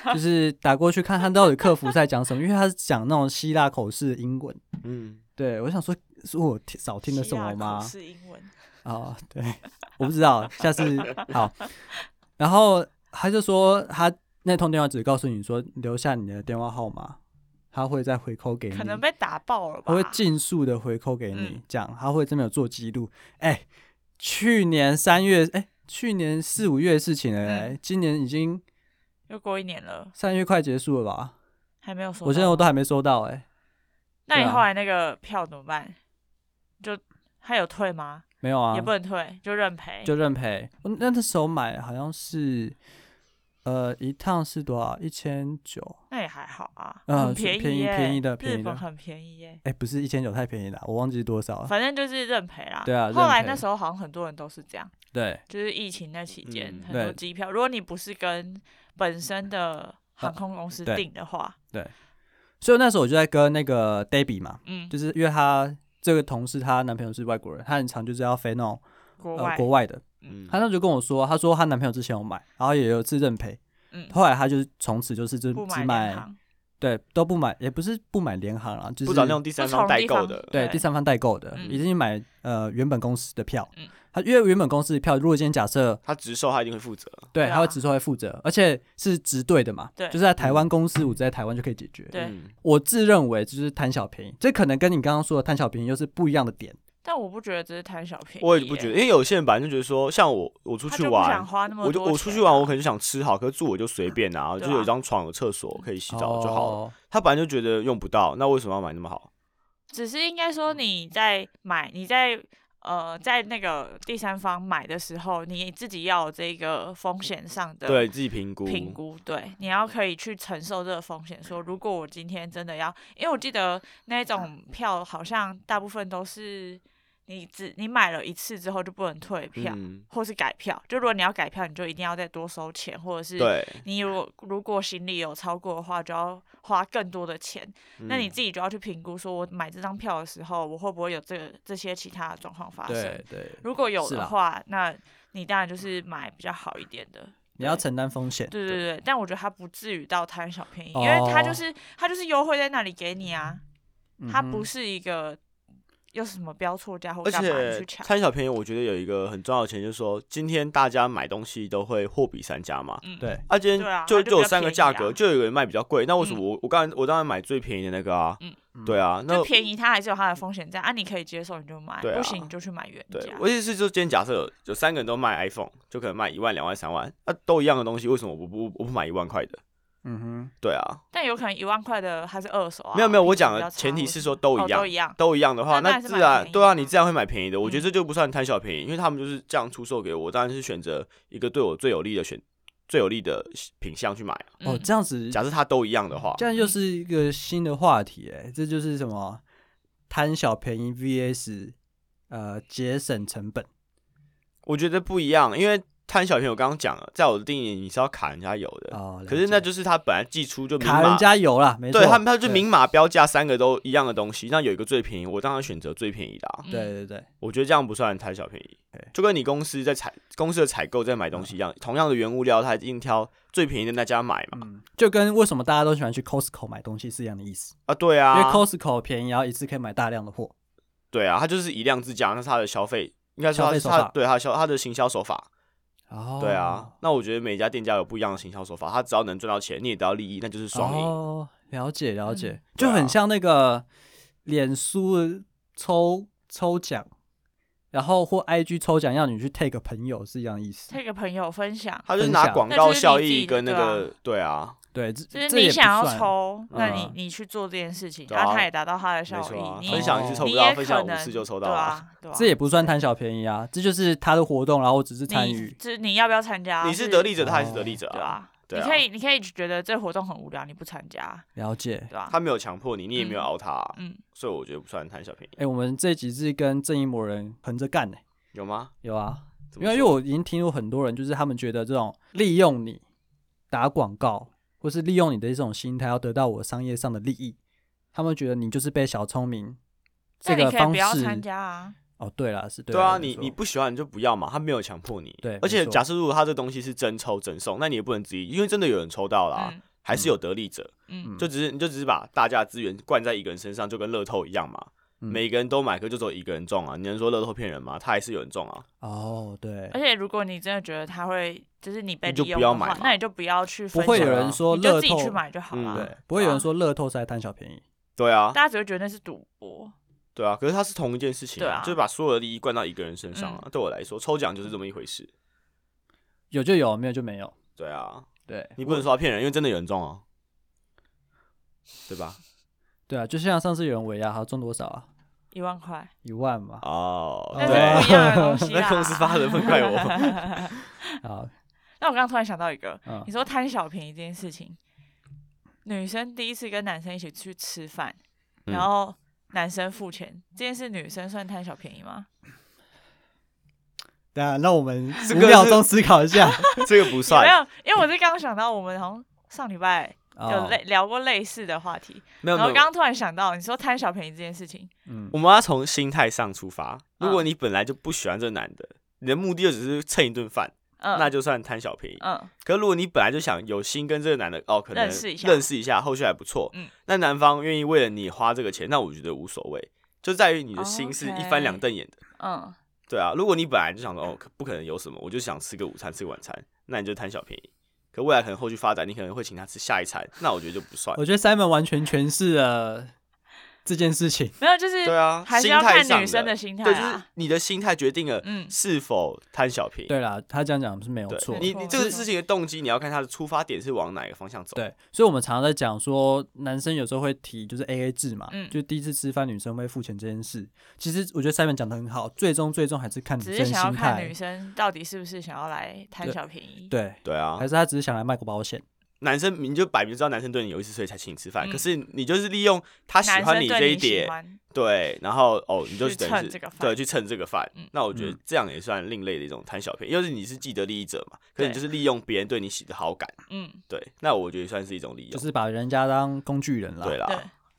就是打过去看他到底客服在讲什么，因为他是讲那种希腊口式的英文。
嗯，
对，我想说是我听少听了
希
什
腊
么
口
吗？
是英文，
哦，对，我不知道，下次好。然后他就说他那通电话只告诉你说留下你的电话号码，他会再回扣给你，
可能被打爆了吧？
他嗯会尽速的回扣给你
嗯，
这样他会真的有做记录。哎，去年三月，哎，去年四五月的事情了，哎
嗯
今年已经
又过一年了，
三月快结束了吧？
还没有说。
我现在我都还没收到，哎，
那你
对啊
后来那个票怎么办？就他有退吗？
没有啊
也，不能退，就认赔。
就认赔。我那那时候买好像是，呃，一趟是多少？一千九。
那也还好啊，
嗯
很便
便宜
耶，
便宜的便
日
宜的
本很便宜耶。
哎、不是一千九太便宜了，我忘记多少了。
反正就是认赔啦。
对啊
后来
认赔
那时候好像很多人都是这样，
对
就是疫情那期间，
嗯
很多
对
机票，如果你不是跟本身的航空公司
对
订的话，
对，所以那时候我就在跟那个 Debbie 嘛，
嗯，
就是因为她这个同事她男朋友是外国人，她很常就是要飞那种
国
呃
外，
国外的，
嗯
她那时候就跟我说，她说她男朋友之前有买，然后也有次认赔，
嗯，
后来她就是从此就是只
不
只
买
买
联航，
对都不买，也不是不买联航啦，就是
不找那种第三
不
方
同
代
地
购
方
的，
对
对
第三方代购的，
嗯
已经买呃原本公司的票
嗯，
他因为原本公司的票，如果今天假设
他直售他一定会负责。
对，
对啊
他会直售会负责，而且是直对的嘛，
对
就是在台湾公司，我在台湾就可以解决。
对
嗯
我自认为这就是贪小便宜，这可能跟你刚刚说的贪小便宜又是不一样的点。
但我不觉得这是贪小便宜，
我也不觉得，因，为有些人本来就觉得说，像我，我出
他
去
就不
玩
想，花那么
我
多
就
钱啊，
我出去玩，我可能就想吃好，可是住我就随便啊，
对
就
啊
有一张床、有厕所可以洗澡就好了。
哦。
他本来就觉得用不到，那为什么要买那么好？
只是应该说你在买，你在呃在那个第三方买的时候，你自己要有这个风险上的
对自己评估，
评估，对，你要可以去承受这个风险。说如果我今天真的要，因为我记得那 种票好像大部分都是你只你买了一次之后就不能退票。
嗯，
或是改票，就如果你要改票，你就一定要再多收钱，或者是
对。
你如果如果行李有超过的话，就要花更多的钱。那你
嗯
自己就要去评估，说我买这张票的时候，我会不会有这个这些其他的状况发生？
对对，
如果有
是啦
的话，那你当然就是买比较好一点的。
你要
对
承担风险。
对对对，但我觉得它不至于到贪小便宜，因为它
哦
就是它就是优惠在那里给你啊，
嗯哼
它不是一个又是什么标错价或
而
干嘛你
且
去抢。
贪小便宜，我觉得有一个很重要的前提，就是说今天大家买东西都会货比三家嘛。
嗯，
对，
啊，今天
对啊
就
它就比
有
较
三个
便宜
价
啊
格，就有人卖比较贵，那为什么我我刚才我当然买最便宜的那个啊
嗯？
对啊，那
就便宜它还是有它的风险在啊，你可以接受你就买，
对啊
不行你就去买原
对
价。
我意思是，就今天假设有有三个人都卖 iPhone，就可能卖一万、两万、三万，那、都一样的东西，为什么我不不我不买一万块的？
嗯哼，
对啊，
但有可能一万块的它是二手啊。
没有没有，
品
我
质
讲
比
的
较差
前提
或
是
什
说
么
都
哦
一样，
都一样。
都一样的话，
那
那
当然是
自
买
然
便宜
对啊，
的
你
啊
自然会买便宜的。我觉得
嗯
这就不算贪小便宜，因为他们就是这样出售给我，我当然是选择一个对我最有利的选最有利的品相去买啊、
哦，
嗯
这样子，
假设它都一样的话，
这样又是一个新的话题、欸，这就是什么贪小便宜 VS 呃节省成本。
我觉得不一样，因为贪小便宜我刚刚讲了，在我的定义你是要卡人家有的，
哦，了
可是那
解
就是他本来寄出就明
卡
码
人家油啦，没错，
对他们，他就明码标价三个都一样的东西，那有一个最便宜，我当然选择最便宜的啊。
嗯
对对对对，
我觉得这样不算贪小便宜
对，
就跟你公司在采公司的采购在买东西一样，同样的原物料，他一定挑最便宜的那家买嘛。
嗯，就跟为什么大家都喜欢去 Costco 买东西是一样的意思，
啊，对
因为
啊，
Costco 便宜，然后一次可以买大量的货。
对啊，他就是以量制价，那是他的消费，应该说
消
他
费手
他
法
对他的消他的行销手法，
哦
对啊。，那我觉得每家店家有不一样的行销手法，他只要能赚到钱，你也得到利益，那就是双赢。
哦，了解了解，
嗯
就
对
很
啊
像那个脸书的抽抽奖，然后或 IG 抽奖要你去 take 朋友是一样的意思。
这个朋友分享，
他就是拿广告效益跟那
那就是你
个，对啊，
对，这
就是
这也
你
不
想要
算
抽，那你
嗯
你去做这件事情，
对啊
然后它也达到它的效
没错啊，
益，
分
你
享一次抽
你
不到，
也
分
可
享五
能
次就抽到
对
了。
啊，对啊
这也不算贪小便宜啊，这就是他的活动，然后我只是参
你
与。
只你要不要参加？
你是得利者，他还是得利者
哦
对
啊？
啊。
对
你
啊
可以，你可以觉得这活动很无聊，你不参加，啊
了解。
对吧？
他没有强迫你，你也没有熬他啊，
嗯，
所以我觉得不算贪小便宜
哎、，我们这几次跟正义魔人横着干呢、
有吗？
有啊，
怎
因
么
为因为
说
我已经听过很多人，就是他们觉得这种利用你打广告，或是利用你的一种心态，要得到我商业上的利益，他们觉得你就是被小聪明这
那你
个
可以
方
不要参
式。
加啊。
哦，对了，是对
对
啦
啊，
没
你
错
你不喜欢你就不要嘛，他没有强迫你。
对
而
没
且
错
假设如果他这东西是真抽真送，那你也不能质疑，因为真的有人抽到啦，
嗯
还是有得利者，
嗯，
就只是你就只是把大家的资源灌在一个人身上，就跟乐透一样嘛，
嗯
每个人都买，可就只有一个人中啊，你能说乐透骗人吗？他还是有人中啊，
哦，对
而，且如果你真的觉得他会，就是你被
你就
利用
不要
的话
买嘛
那你就不要去
不
分
会
享
有
啊
人说
你
乐
就自己去
透，
买就好
嗯
了。
对，不会有人
啊
说乐透是在贪小便宜。
对啊，
大家只会觉得那是赌博。
对啊，可是它是同一件事情、
对啊
就是把所有的利益灌到一个人身上啊。对我来说，抽奖就是这么一回事。
有就有，没有就没有。
对啊，
对，
你不能说他骗人，因为真的有人中啊，对吧？
对啊，就像上次有人尾牙，他中多少啊？
一万块，
一万嘛。
哦，
但是
对，
不一样的东西
那
啦。
公司发的分怪我。
好，
那我刚刚突然想到一个，
嗯
你，说贪小便宜这件事情，女生第一次跟男生一起去吃饭，
嗯
然后男生付钱，这件事女生算贪小便宜吗？
对啊，那我们
这
五
个
秒
是
钟思考一 下。
这个不
有没
算，
有？因为我是刚刚想到，我们好像上礼拜有
哦
类、聊过类似的话题，
没有
然后
没
刚
有，
刚突然想到，你说贪小便宜这件事情，
嗯
我，们要从心态上出发。如果你本来就不喜欢这个男的，你的目的就只是蹭一顿饭，
嗯，
那就算贪小便宜。
嗯，
可如果你本来就想有心跟这个男的哦，可能
认识一下
认识一下后续还不错，
嗯
那男方愿意
哦
为了你花这个钱，那我觉得无所谓，就在于你的心是一翻两瞪眼的。
嗯，
对啊，如果你本来就想说哦，可不可能有什么，我就想吃个午餐，吃个晚餐，那你就贪小便宜。可未来可能后续发展，你可能会请他吃下一餐，那我觉得就不算。
我觉得 Simon 完全诠释了这件事情。
没有，就是
对啊，
还是
心
要
态
看
上
女生的
的
心态
对，就是
啊。
你的心态决定了
嗯
是否贪小便宜。
对啦，他这样讲是没有
对
错。
你
没错
你这个
没
事
错
情的动机，你要看他的出发点是往哪个方向走。
对，所以我们常常在讲说，男生有时候会提就是 A A 制嘛，
嗯
就第一次吃饭女生会付钱这件事。其实我觉得 Simon 讲的很好，最终最终还是看
嗯
女
只是
生
想要
心
看女
态，
生到底是不是想要来贪
对
小便宜。
对，
对啊
还，是他只是想来卖个保险。
男生你就摆明知道男生对你有意思，所以才请你吃饭。
嗯
可是你就是利用他喜
男
欢
生
这
对
一
你喜
点，
欢，
对，然后哦，你就
去
等
蹭
于是
这个饭
对去蹭这个饭
嗯。
那我觉得
嗯
这样也算另类的一种贪小便宜，因为你是既得利益者嘛，可是你
对
就是利用别人对你喜的好感，
嗯，
对，那我觉得算是一种利
就
用。
是把人家当工具人啦。
对啦，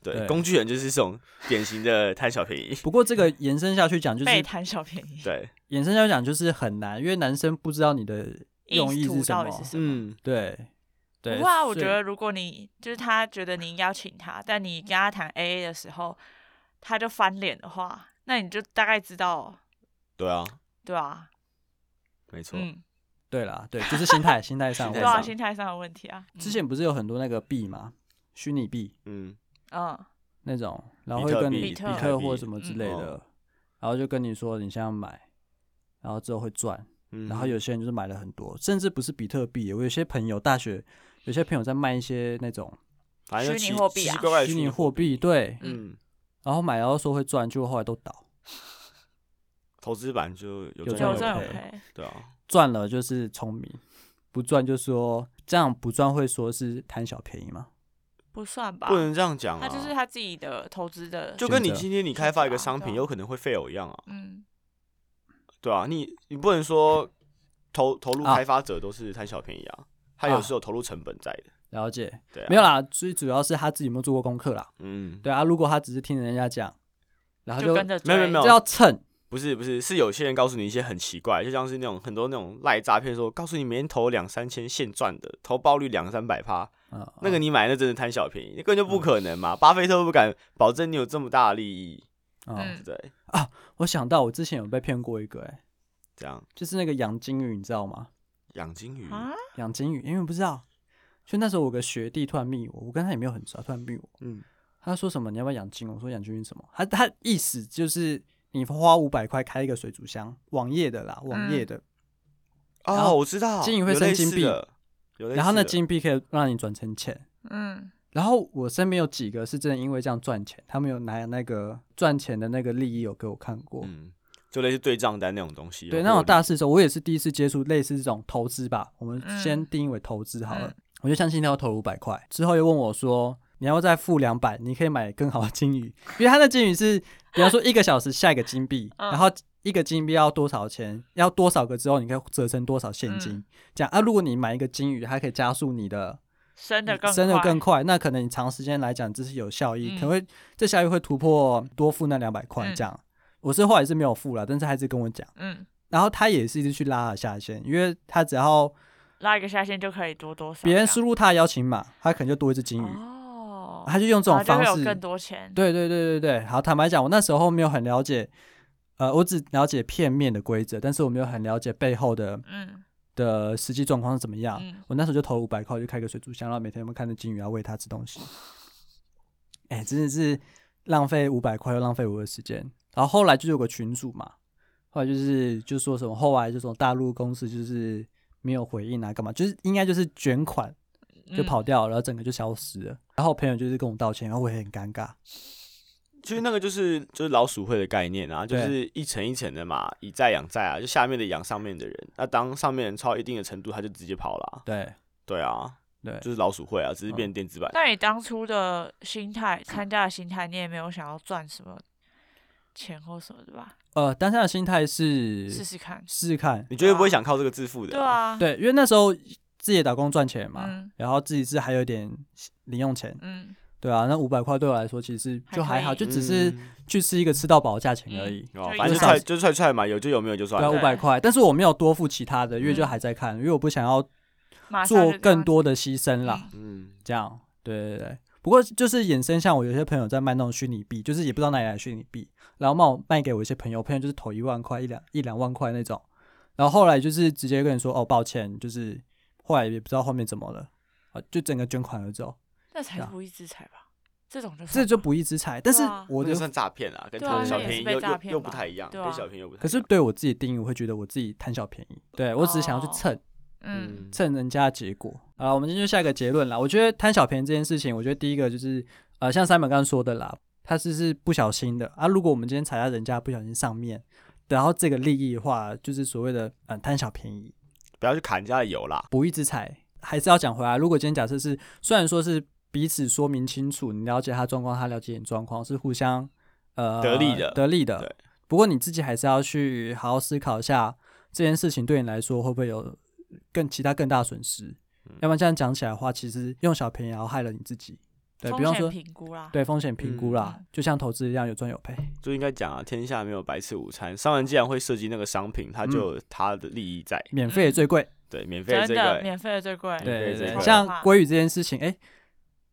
对，
对，
对
工具人就是这种典型的贪小 便宜。
不过这个延伸下去讲，就是
被贪小便宜，
对，
延伸下去讲就是很难，因为男生不知道你的用意
意
是
图
什
到
么
底。是什么？
嗯，
对，对。
不会啊，我
所
觉
以
得如果你就是他觉得你应该要请他，但你跟他谈 A A 的时候，他就翻脸的话，那你就大概知道，
对啊，
对啊，
没错。
嗯，
对啦，对，就是心 态，心态上的
心态
对
问
啊，
上
题。
心态上的问题啊。嗯
之前不是有很多那个币嘛，虚拟币
嗯，
嗯，
那种，然后
比特
会跟
币
你
比特
特
币
或什么之类
嗯
的，然后就跟你说你现在买，然后之后会赚，
嗯
然后有些人就是买了很多，甚至不是比特币，我有些朋友大学有些朋友在卖一些那种
反正就
虚拟
奇
货币啊
奇奇怪怪的
虚拟货币，对，
嗯，
然后买然后说会赚，结果后来都倒，
投资版就有
有
赚
赚
有
有
赚有
赔
赔，
对啊，
赚了就是聪明，不赚就说这样不赚会说是贪小便宜嘛，
不算吧
不？能这样讲啊。
他就是他自己的投资的，
就跟你
选择
今天你开发一个商
对
品，
啊
有可能会 fail 一样啊，
嗯，
对啊，你你不能说投投入
啊
开发者都是贪小便宜啊，他有时候投入成本在的，
了解？
对啊，
没有，啦，最主要是他自己有没有做过功课啦。
嗯，
对啊，如果他只是听人家讲，然后
就跟着
没
追
有没有没有
这要蹭，
不是不是，是有些人告诉你一些很奇怪，就像是那种很多那种赖诈骗说，告诉你每天投两三千现赚的，投报率两三百趴，
嗯，
哦那个你买那真的贪小便宜，那根本就不可能嘛，巴菲特都不敢保证你有这么大的利益，
嗯，
对
嗯
不对？
我想到我之前有被骗过一个、欸，
这样
就是那个养金鱼，你知道吗？
养金鱼，
啊，
养金鱼，因为不知道，就那时候我有个学弟突然密我，我跟他也没有很熟，他突然密我，
嗯，
他说什么你要不要养金鱼？我说养金鱼什么？他他意思就是你花五百块开一个水族箱，网页的啦，网页的，然
哦，
后
我知道，
金鱼会
有
生
类
金
似
币
的，有类
然后
似
那
的
金币可以让你转成钱。
嗯，
然后我身边有几个是真的因为这样赚钱，他们有拿那个赚钱的那个利益有给我看过，
嗯，就类似对账单那种东西。哦
对，
有
那
获
种
利
大四的时候，我也是第一次接触类似这种投资吧。我们
嗯
先定义为投资好了。
嗯
我就相信他要投五百块，之后又问我说：“你要再付两百，你可以买更好的金鱼，因为他的金鱼是，比方说一个小时下一个金 币，
嗯
然后一个金币要多少钱，要多少个之后你可以折成多少现金。
嗯
这样啊，如果你买一个金鱼，它可以加速你的
升的更
嗯升的
快
更快，那可能你长时间来讲这是有效益，
嗯
可能会这效益会突破多付那两百块
嗯
这样。我是后来是没有付了，但是还是跟我讲。
嗯，
然后他也是一直去拉了下线，因为他只要
拉一个下线就可以多多少这
别
样，
人输入他的邀请码，他可能就多一只金鱼，
哦，
他就用这种
然后就
方
会有
式。
更多钱，
对对对对对，好，坦白讲，我那时候没有很了解，呃，我只了解片面的规则，但是我没有很了解背后的
嗯
的实际状况是怎么样。
嗯
我那时候就投五百块，我就开个水族箱，然后每天我们看着金鱼，啊然后喂它吃东西。哎、真的是浪费五百块，又浪费我的时间。然后后来就有个群主嘛，后来就是就说什么，后来这种大陆公司就是没有回应啊，干嘛？就是应该就是卷款就
嗯
跑掉了，然后整个就消失了。然后我朋友就是跟我道歉，然后我也很尴尬。
其实那个就是就是老鼠会的概念啊，就
对
是一层一层的嘛，以债养债啊，就下面的养上面的人，那当上面人超一定的程度，他就直接跑了啊、
对
对啊，
对，嗯
就是老鼠会啊，只是变电子版。
那你当初的心态，参加的心态，你也没有想要赚什么钱或什么的吧？
呃，当下的心态是
试
试
试看。
试看，
你绝
啊
对不会想靠这个致富的
对
啊、
啊，
对，因为那时候自己打工赚钱嘛，
嗯
然后自己是还有点零用钱，
嗯，
对啊，那五百块对我来说其实就还好，
还可以
就只是去吃一个吃到饱的价钱而已。
嗯
嗯哦
就，
反正
一个
就踹
少
就踹踹嘛，有就有，没有就算
对啊，
了。
五
对
百块，嗯但是我没有多付其他的，因为就还在看，因为我不想要
马上就
做
这样
更多的牺牲啦。
嗯
嗯，
这样，对对对。不过就是衍生，像我有些朋友在卖那种虚拟币，就是也不知道哪里来的虚拟币，然后卖我卖给我一些朋友，朋友就是投一万块、一两一两万块那种，然后后来就是直接跟你说哦，抱歉，就是后来也不知道后面怎么了，啊，就整个捐款而走，
那才
对啊
不义之财吧？这种就
这
算
就
吧
不义之财。但是
对啊
我
那
的
就算诈骗啦，跟
对啊
贪小
那也
便
是
宜
被
又
诈
又
骗
又不
吧
太一样，
对
跟
啊
小便宜又不太一样。
可是对我自己定义，我会觉得我自己贪小便宜，对我只是想要去蹭。
嗯，
蹭人家的结果啊。我们今天就下一个结论啦。我觉得贪小便宜这件事情，我觉得第一个就是呃，像三本刚刚说的啦，他是是不小心的啊。如果我们今天踩在人家不小心上面，然后这个利益的话，就是所谓的呃贪小便宜、
不要去砍人家的油啦。
不义之财，还是要讲回来。如果今天假设是虽然说是彼此说明清楚，你了解他状况，他了解你状况，是互相呃
得利的
得利的。
对
不过你自己还是要去好好思考一下这件事情对你来说会不会有更其他更大的损失。
嗯
要不然这样讲起来的话，其实用小便宜然后害了你自己。对，
风
比方
险
说
评估啦，
对风险评估啦，
嗯
就像投资一样有赚有赔。
就应该讲啊，天下没有白吃午餐。商人既然会设计那个商品，它
嗯
就有它的利益在。
免费也最贵，
对，免费
真
这
的
个，
免费的最贵，
免费
对
最
对
贵
对。像
哇
鲑鱼这件事情，哎、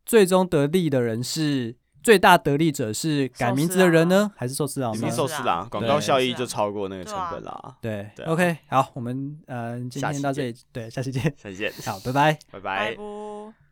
最终得利的人是最大得利者是改名字的人呢，还是寿司郎
肯
是
定
啊
呢？
寿司啦，广
对
告效益
是
就
啊
超过那个
对
成
啊
本啦。
对
对啊
o k 好，我们呃今
下
天
期
啊
到这里，对，下期见，
再见，
好，拜拜。
拜
拜拜。
拜。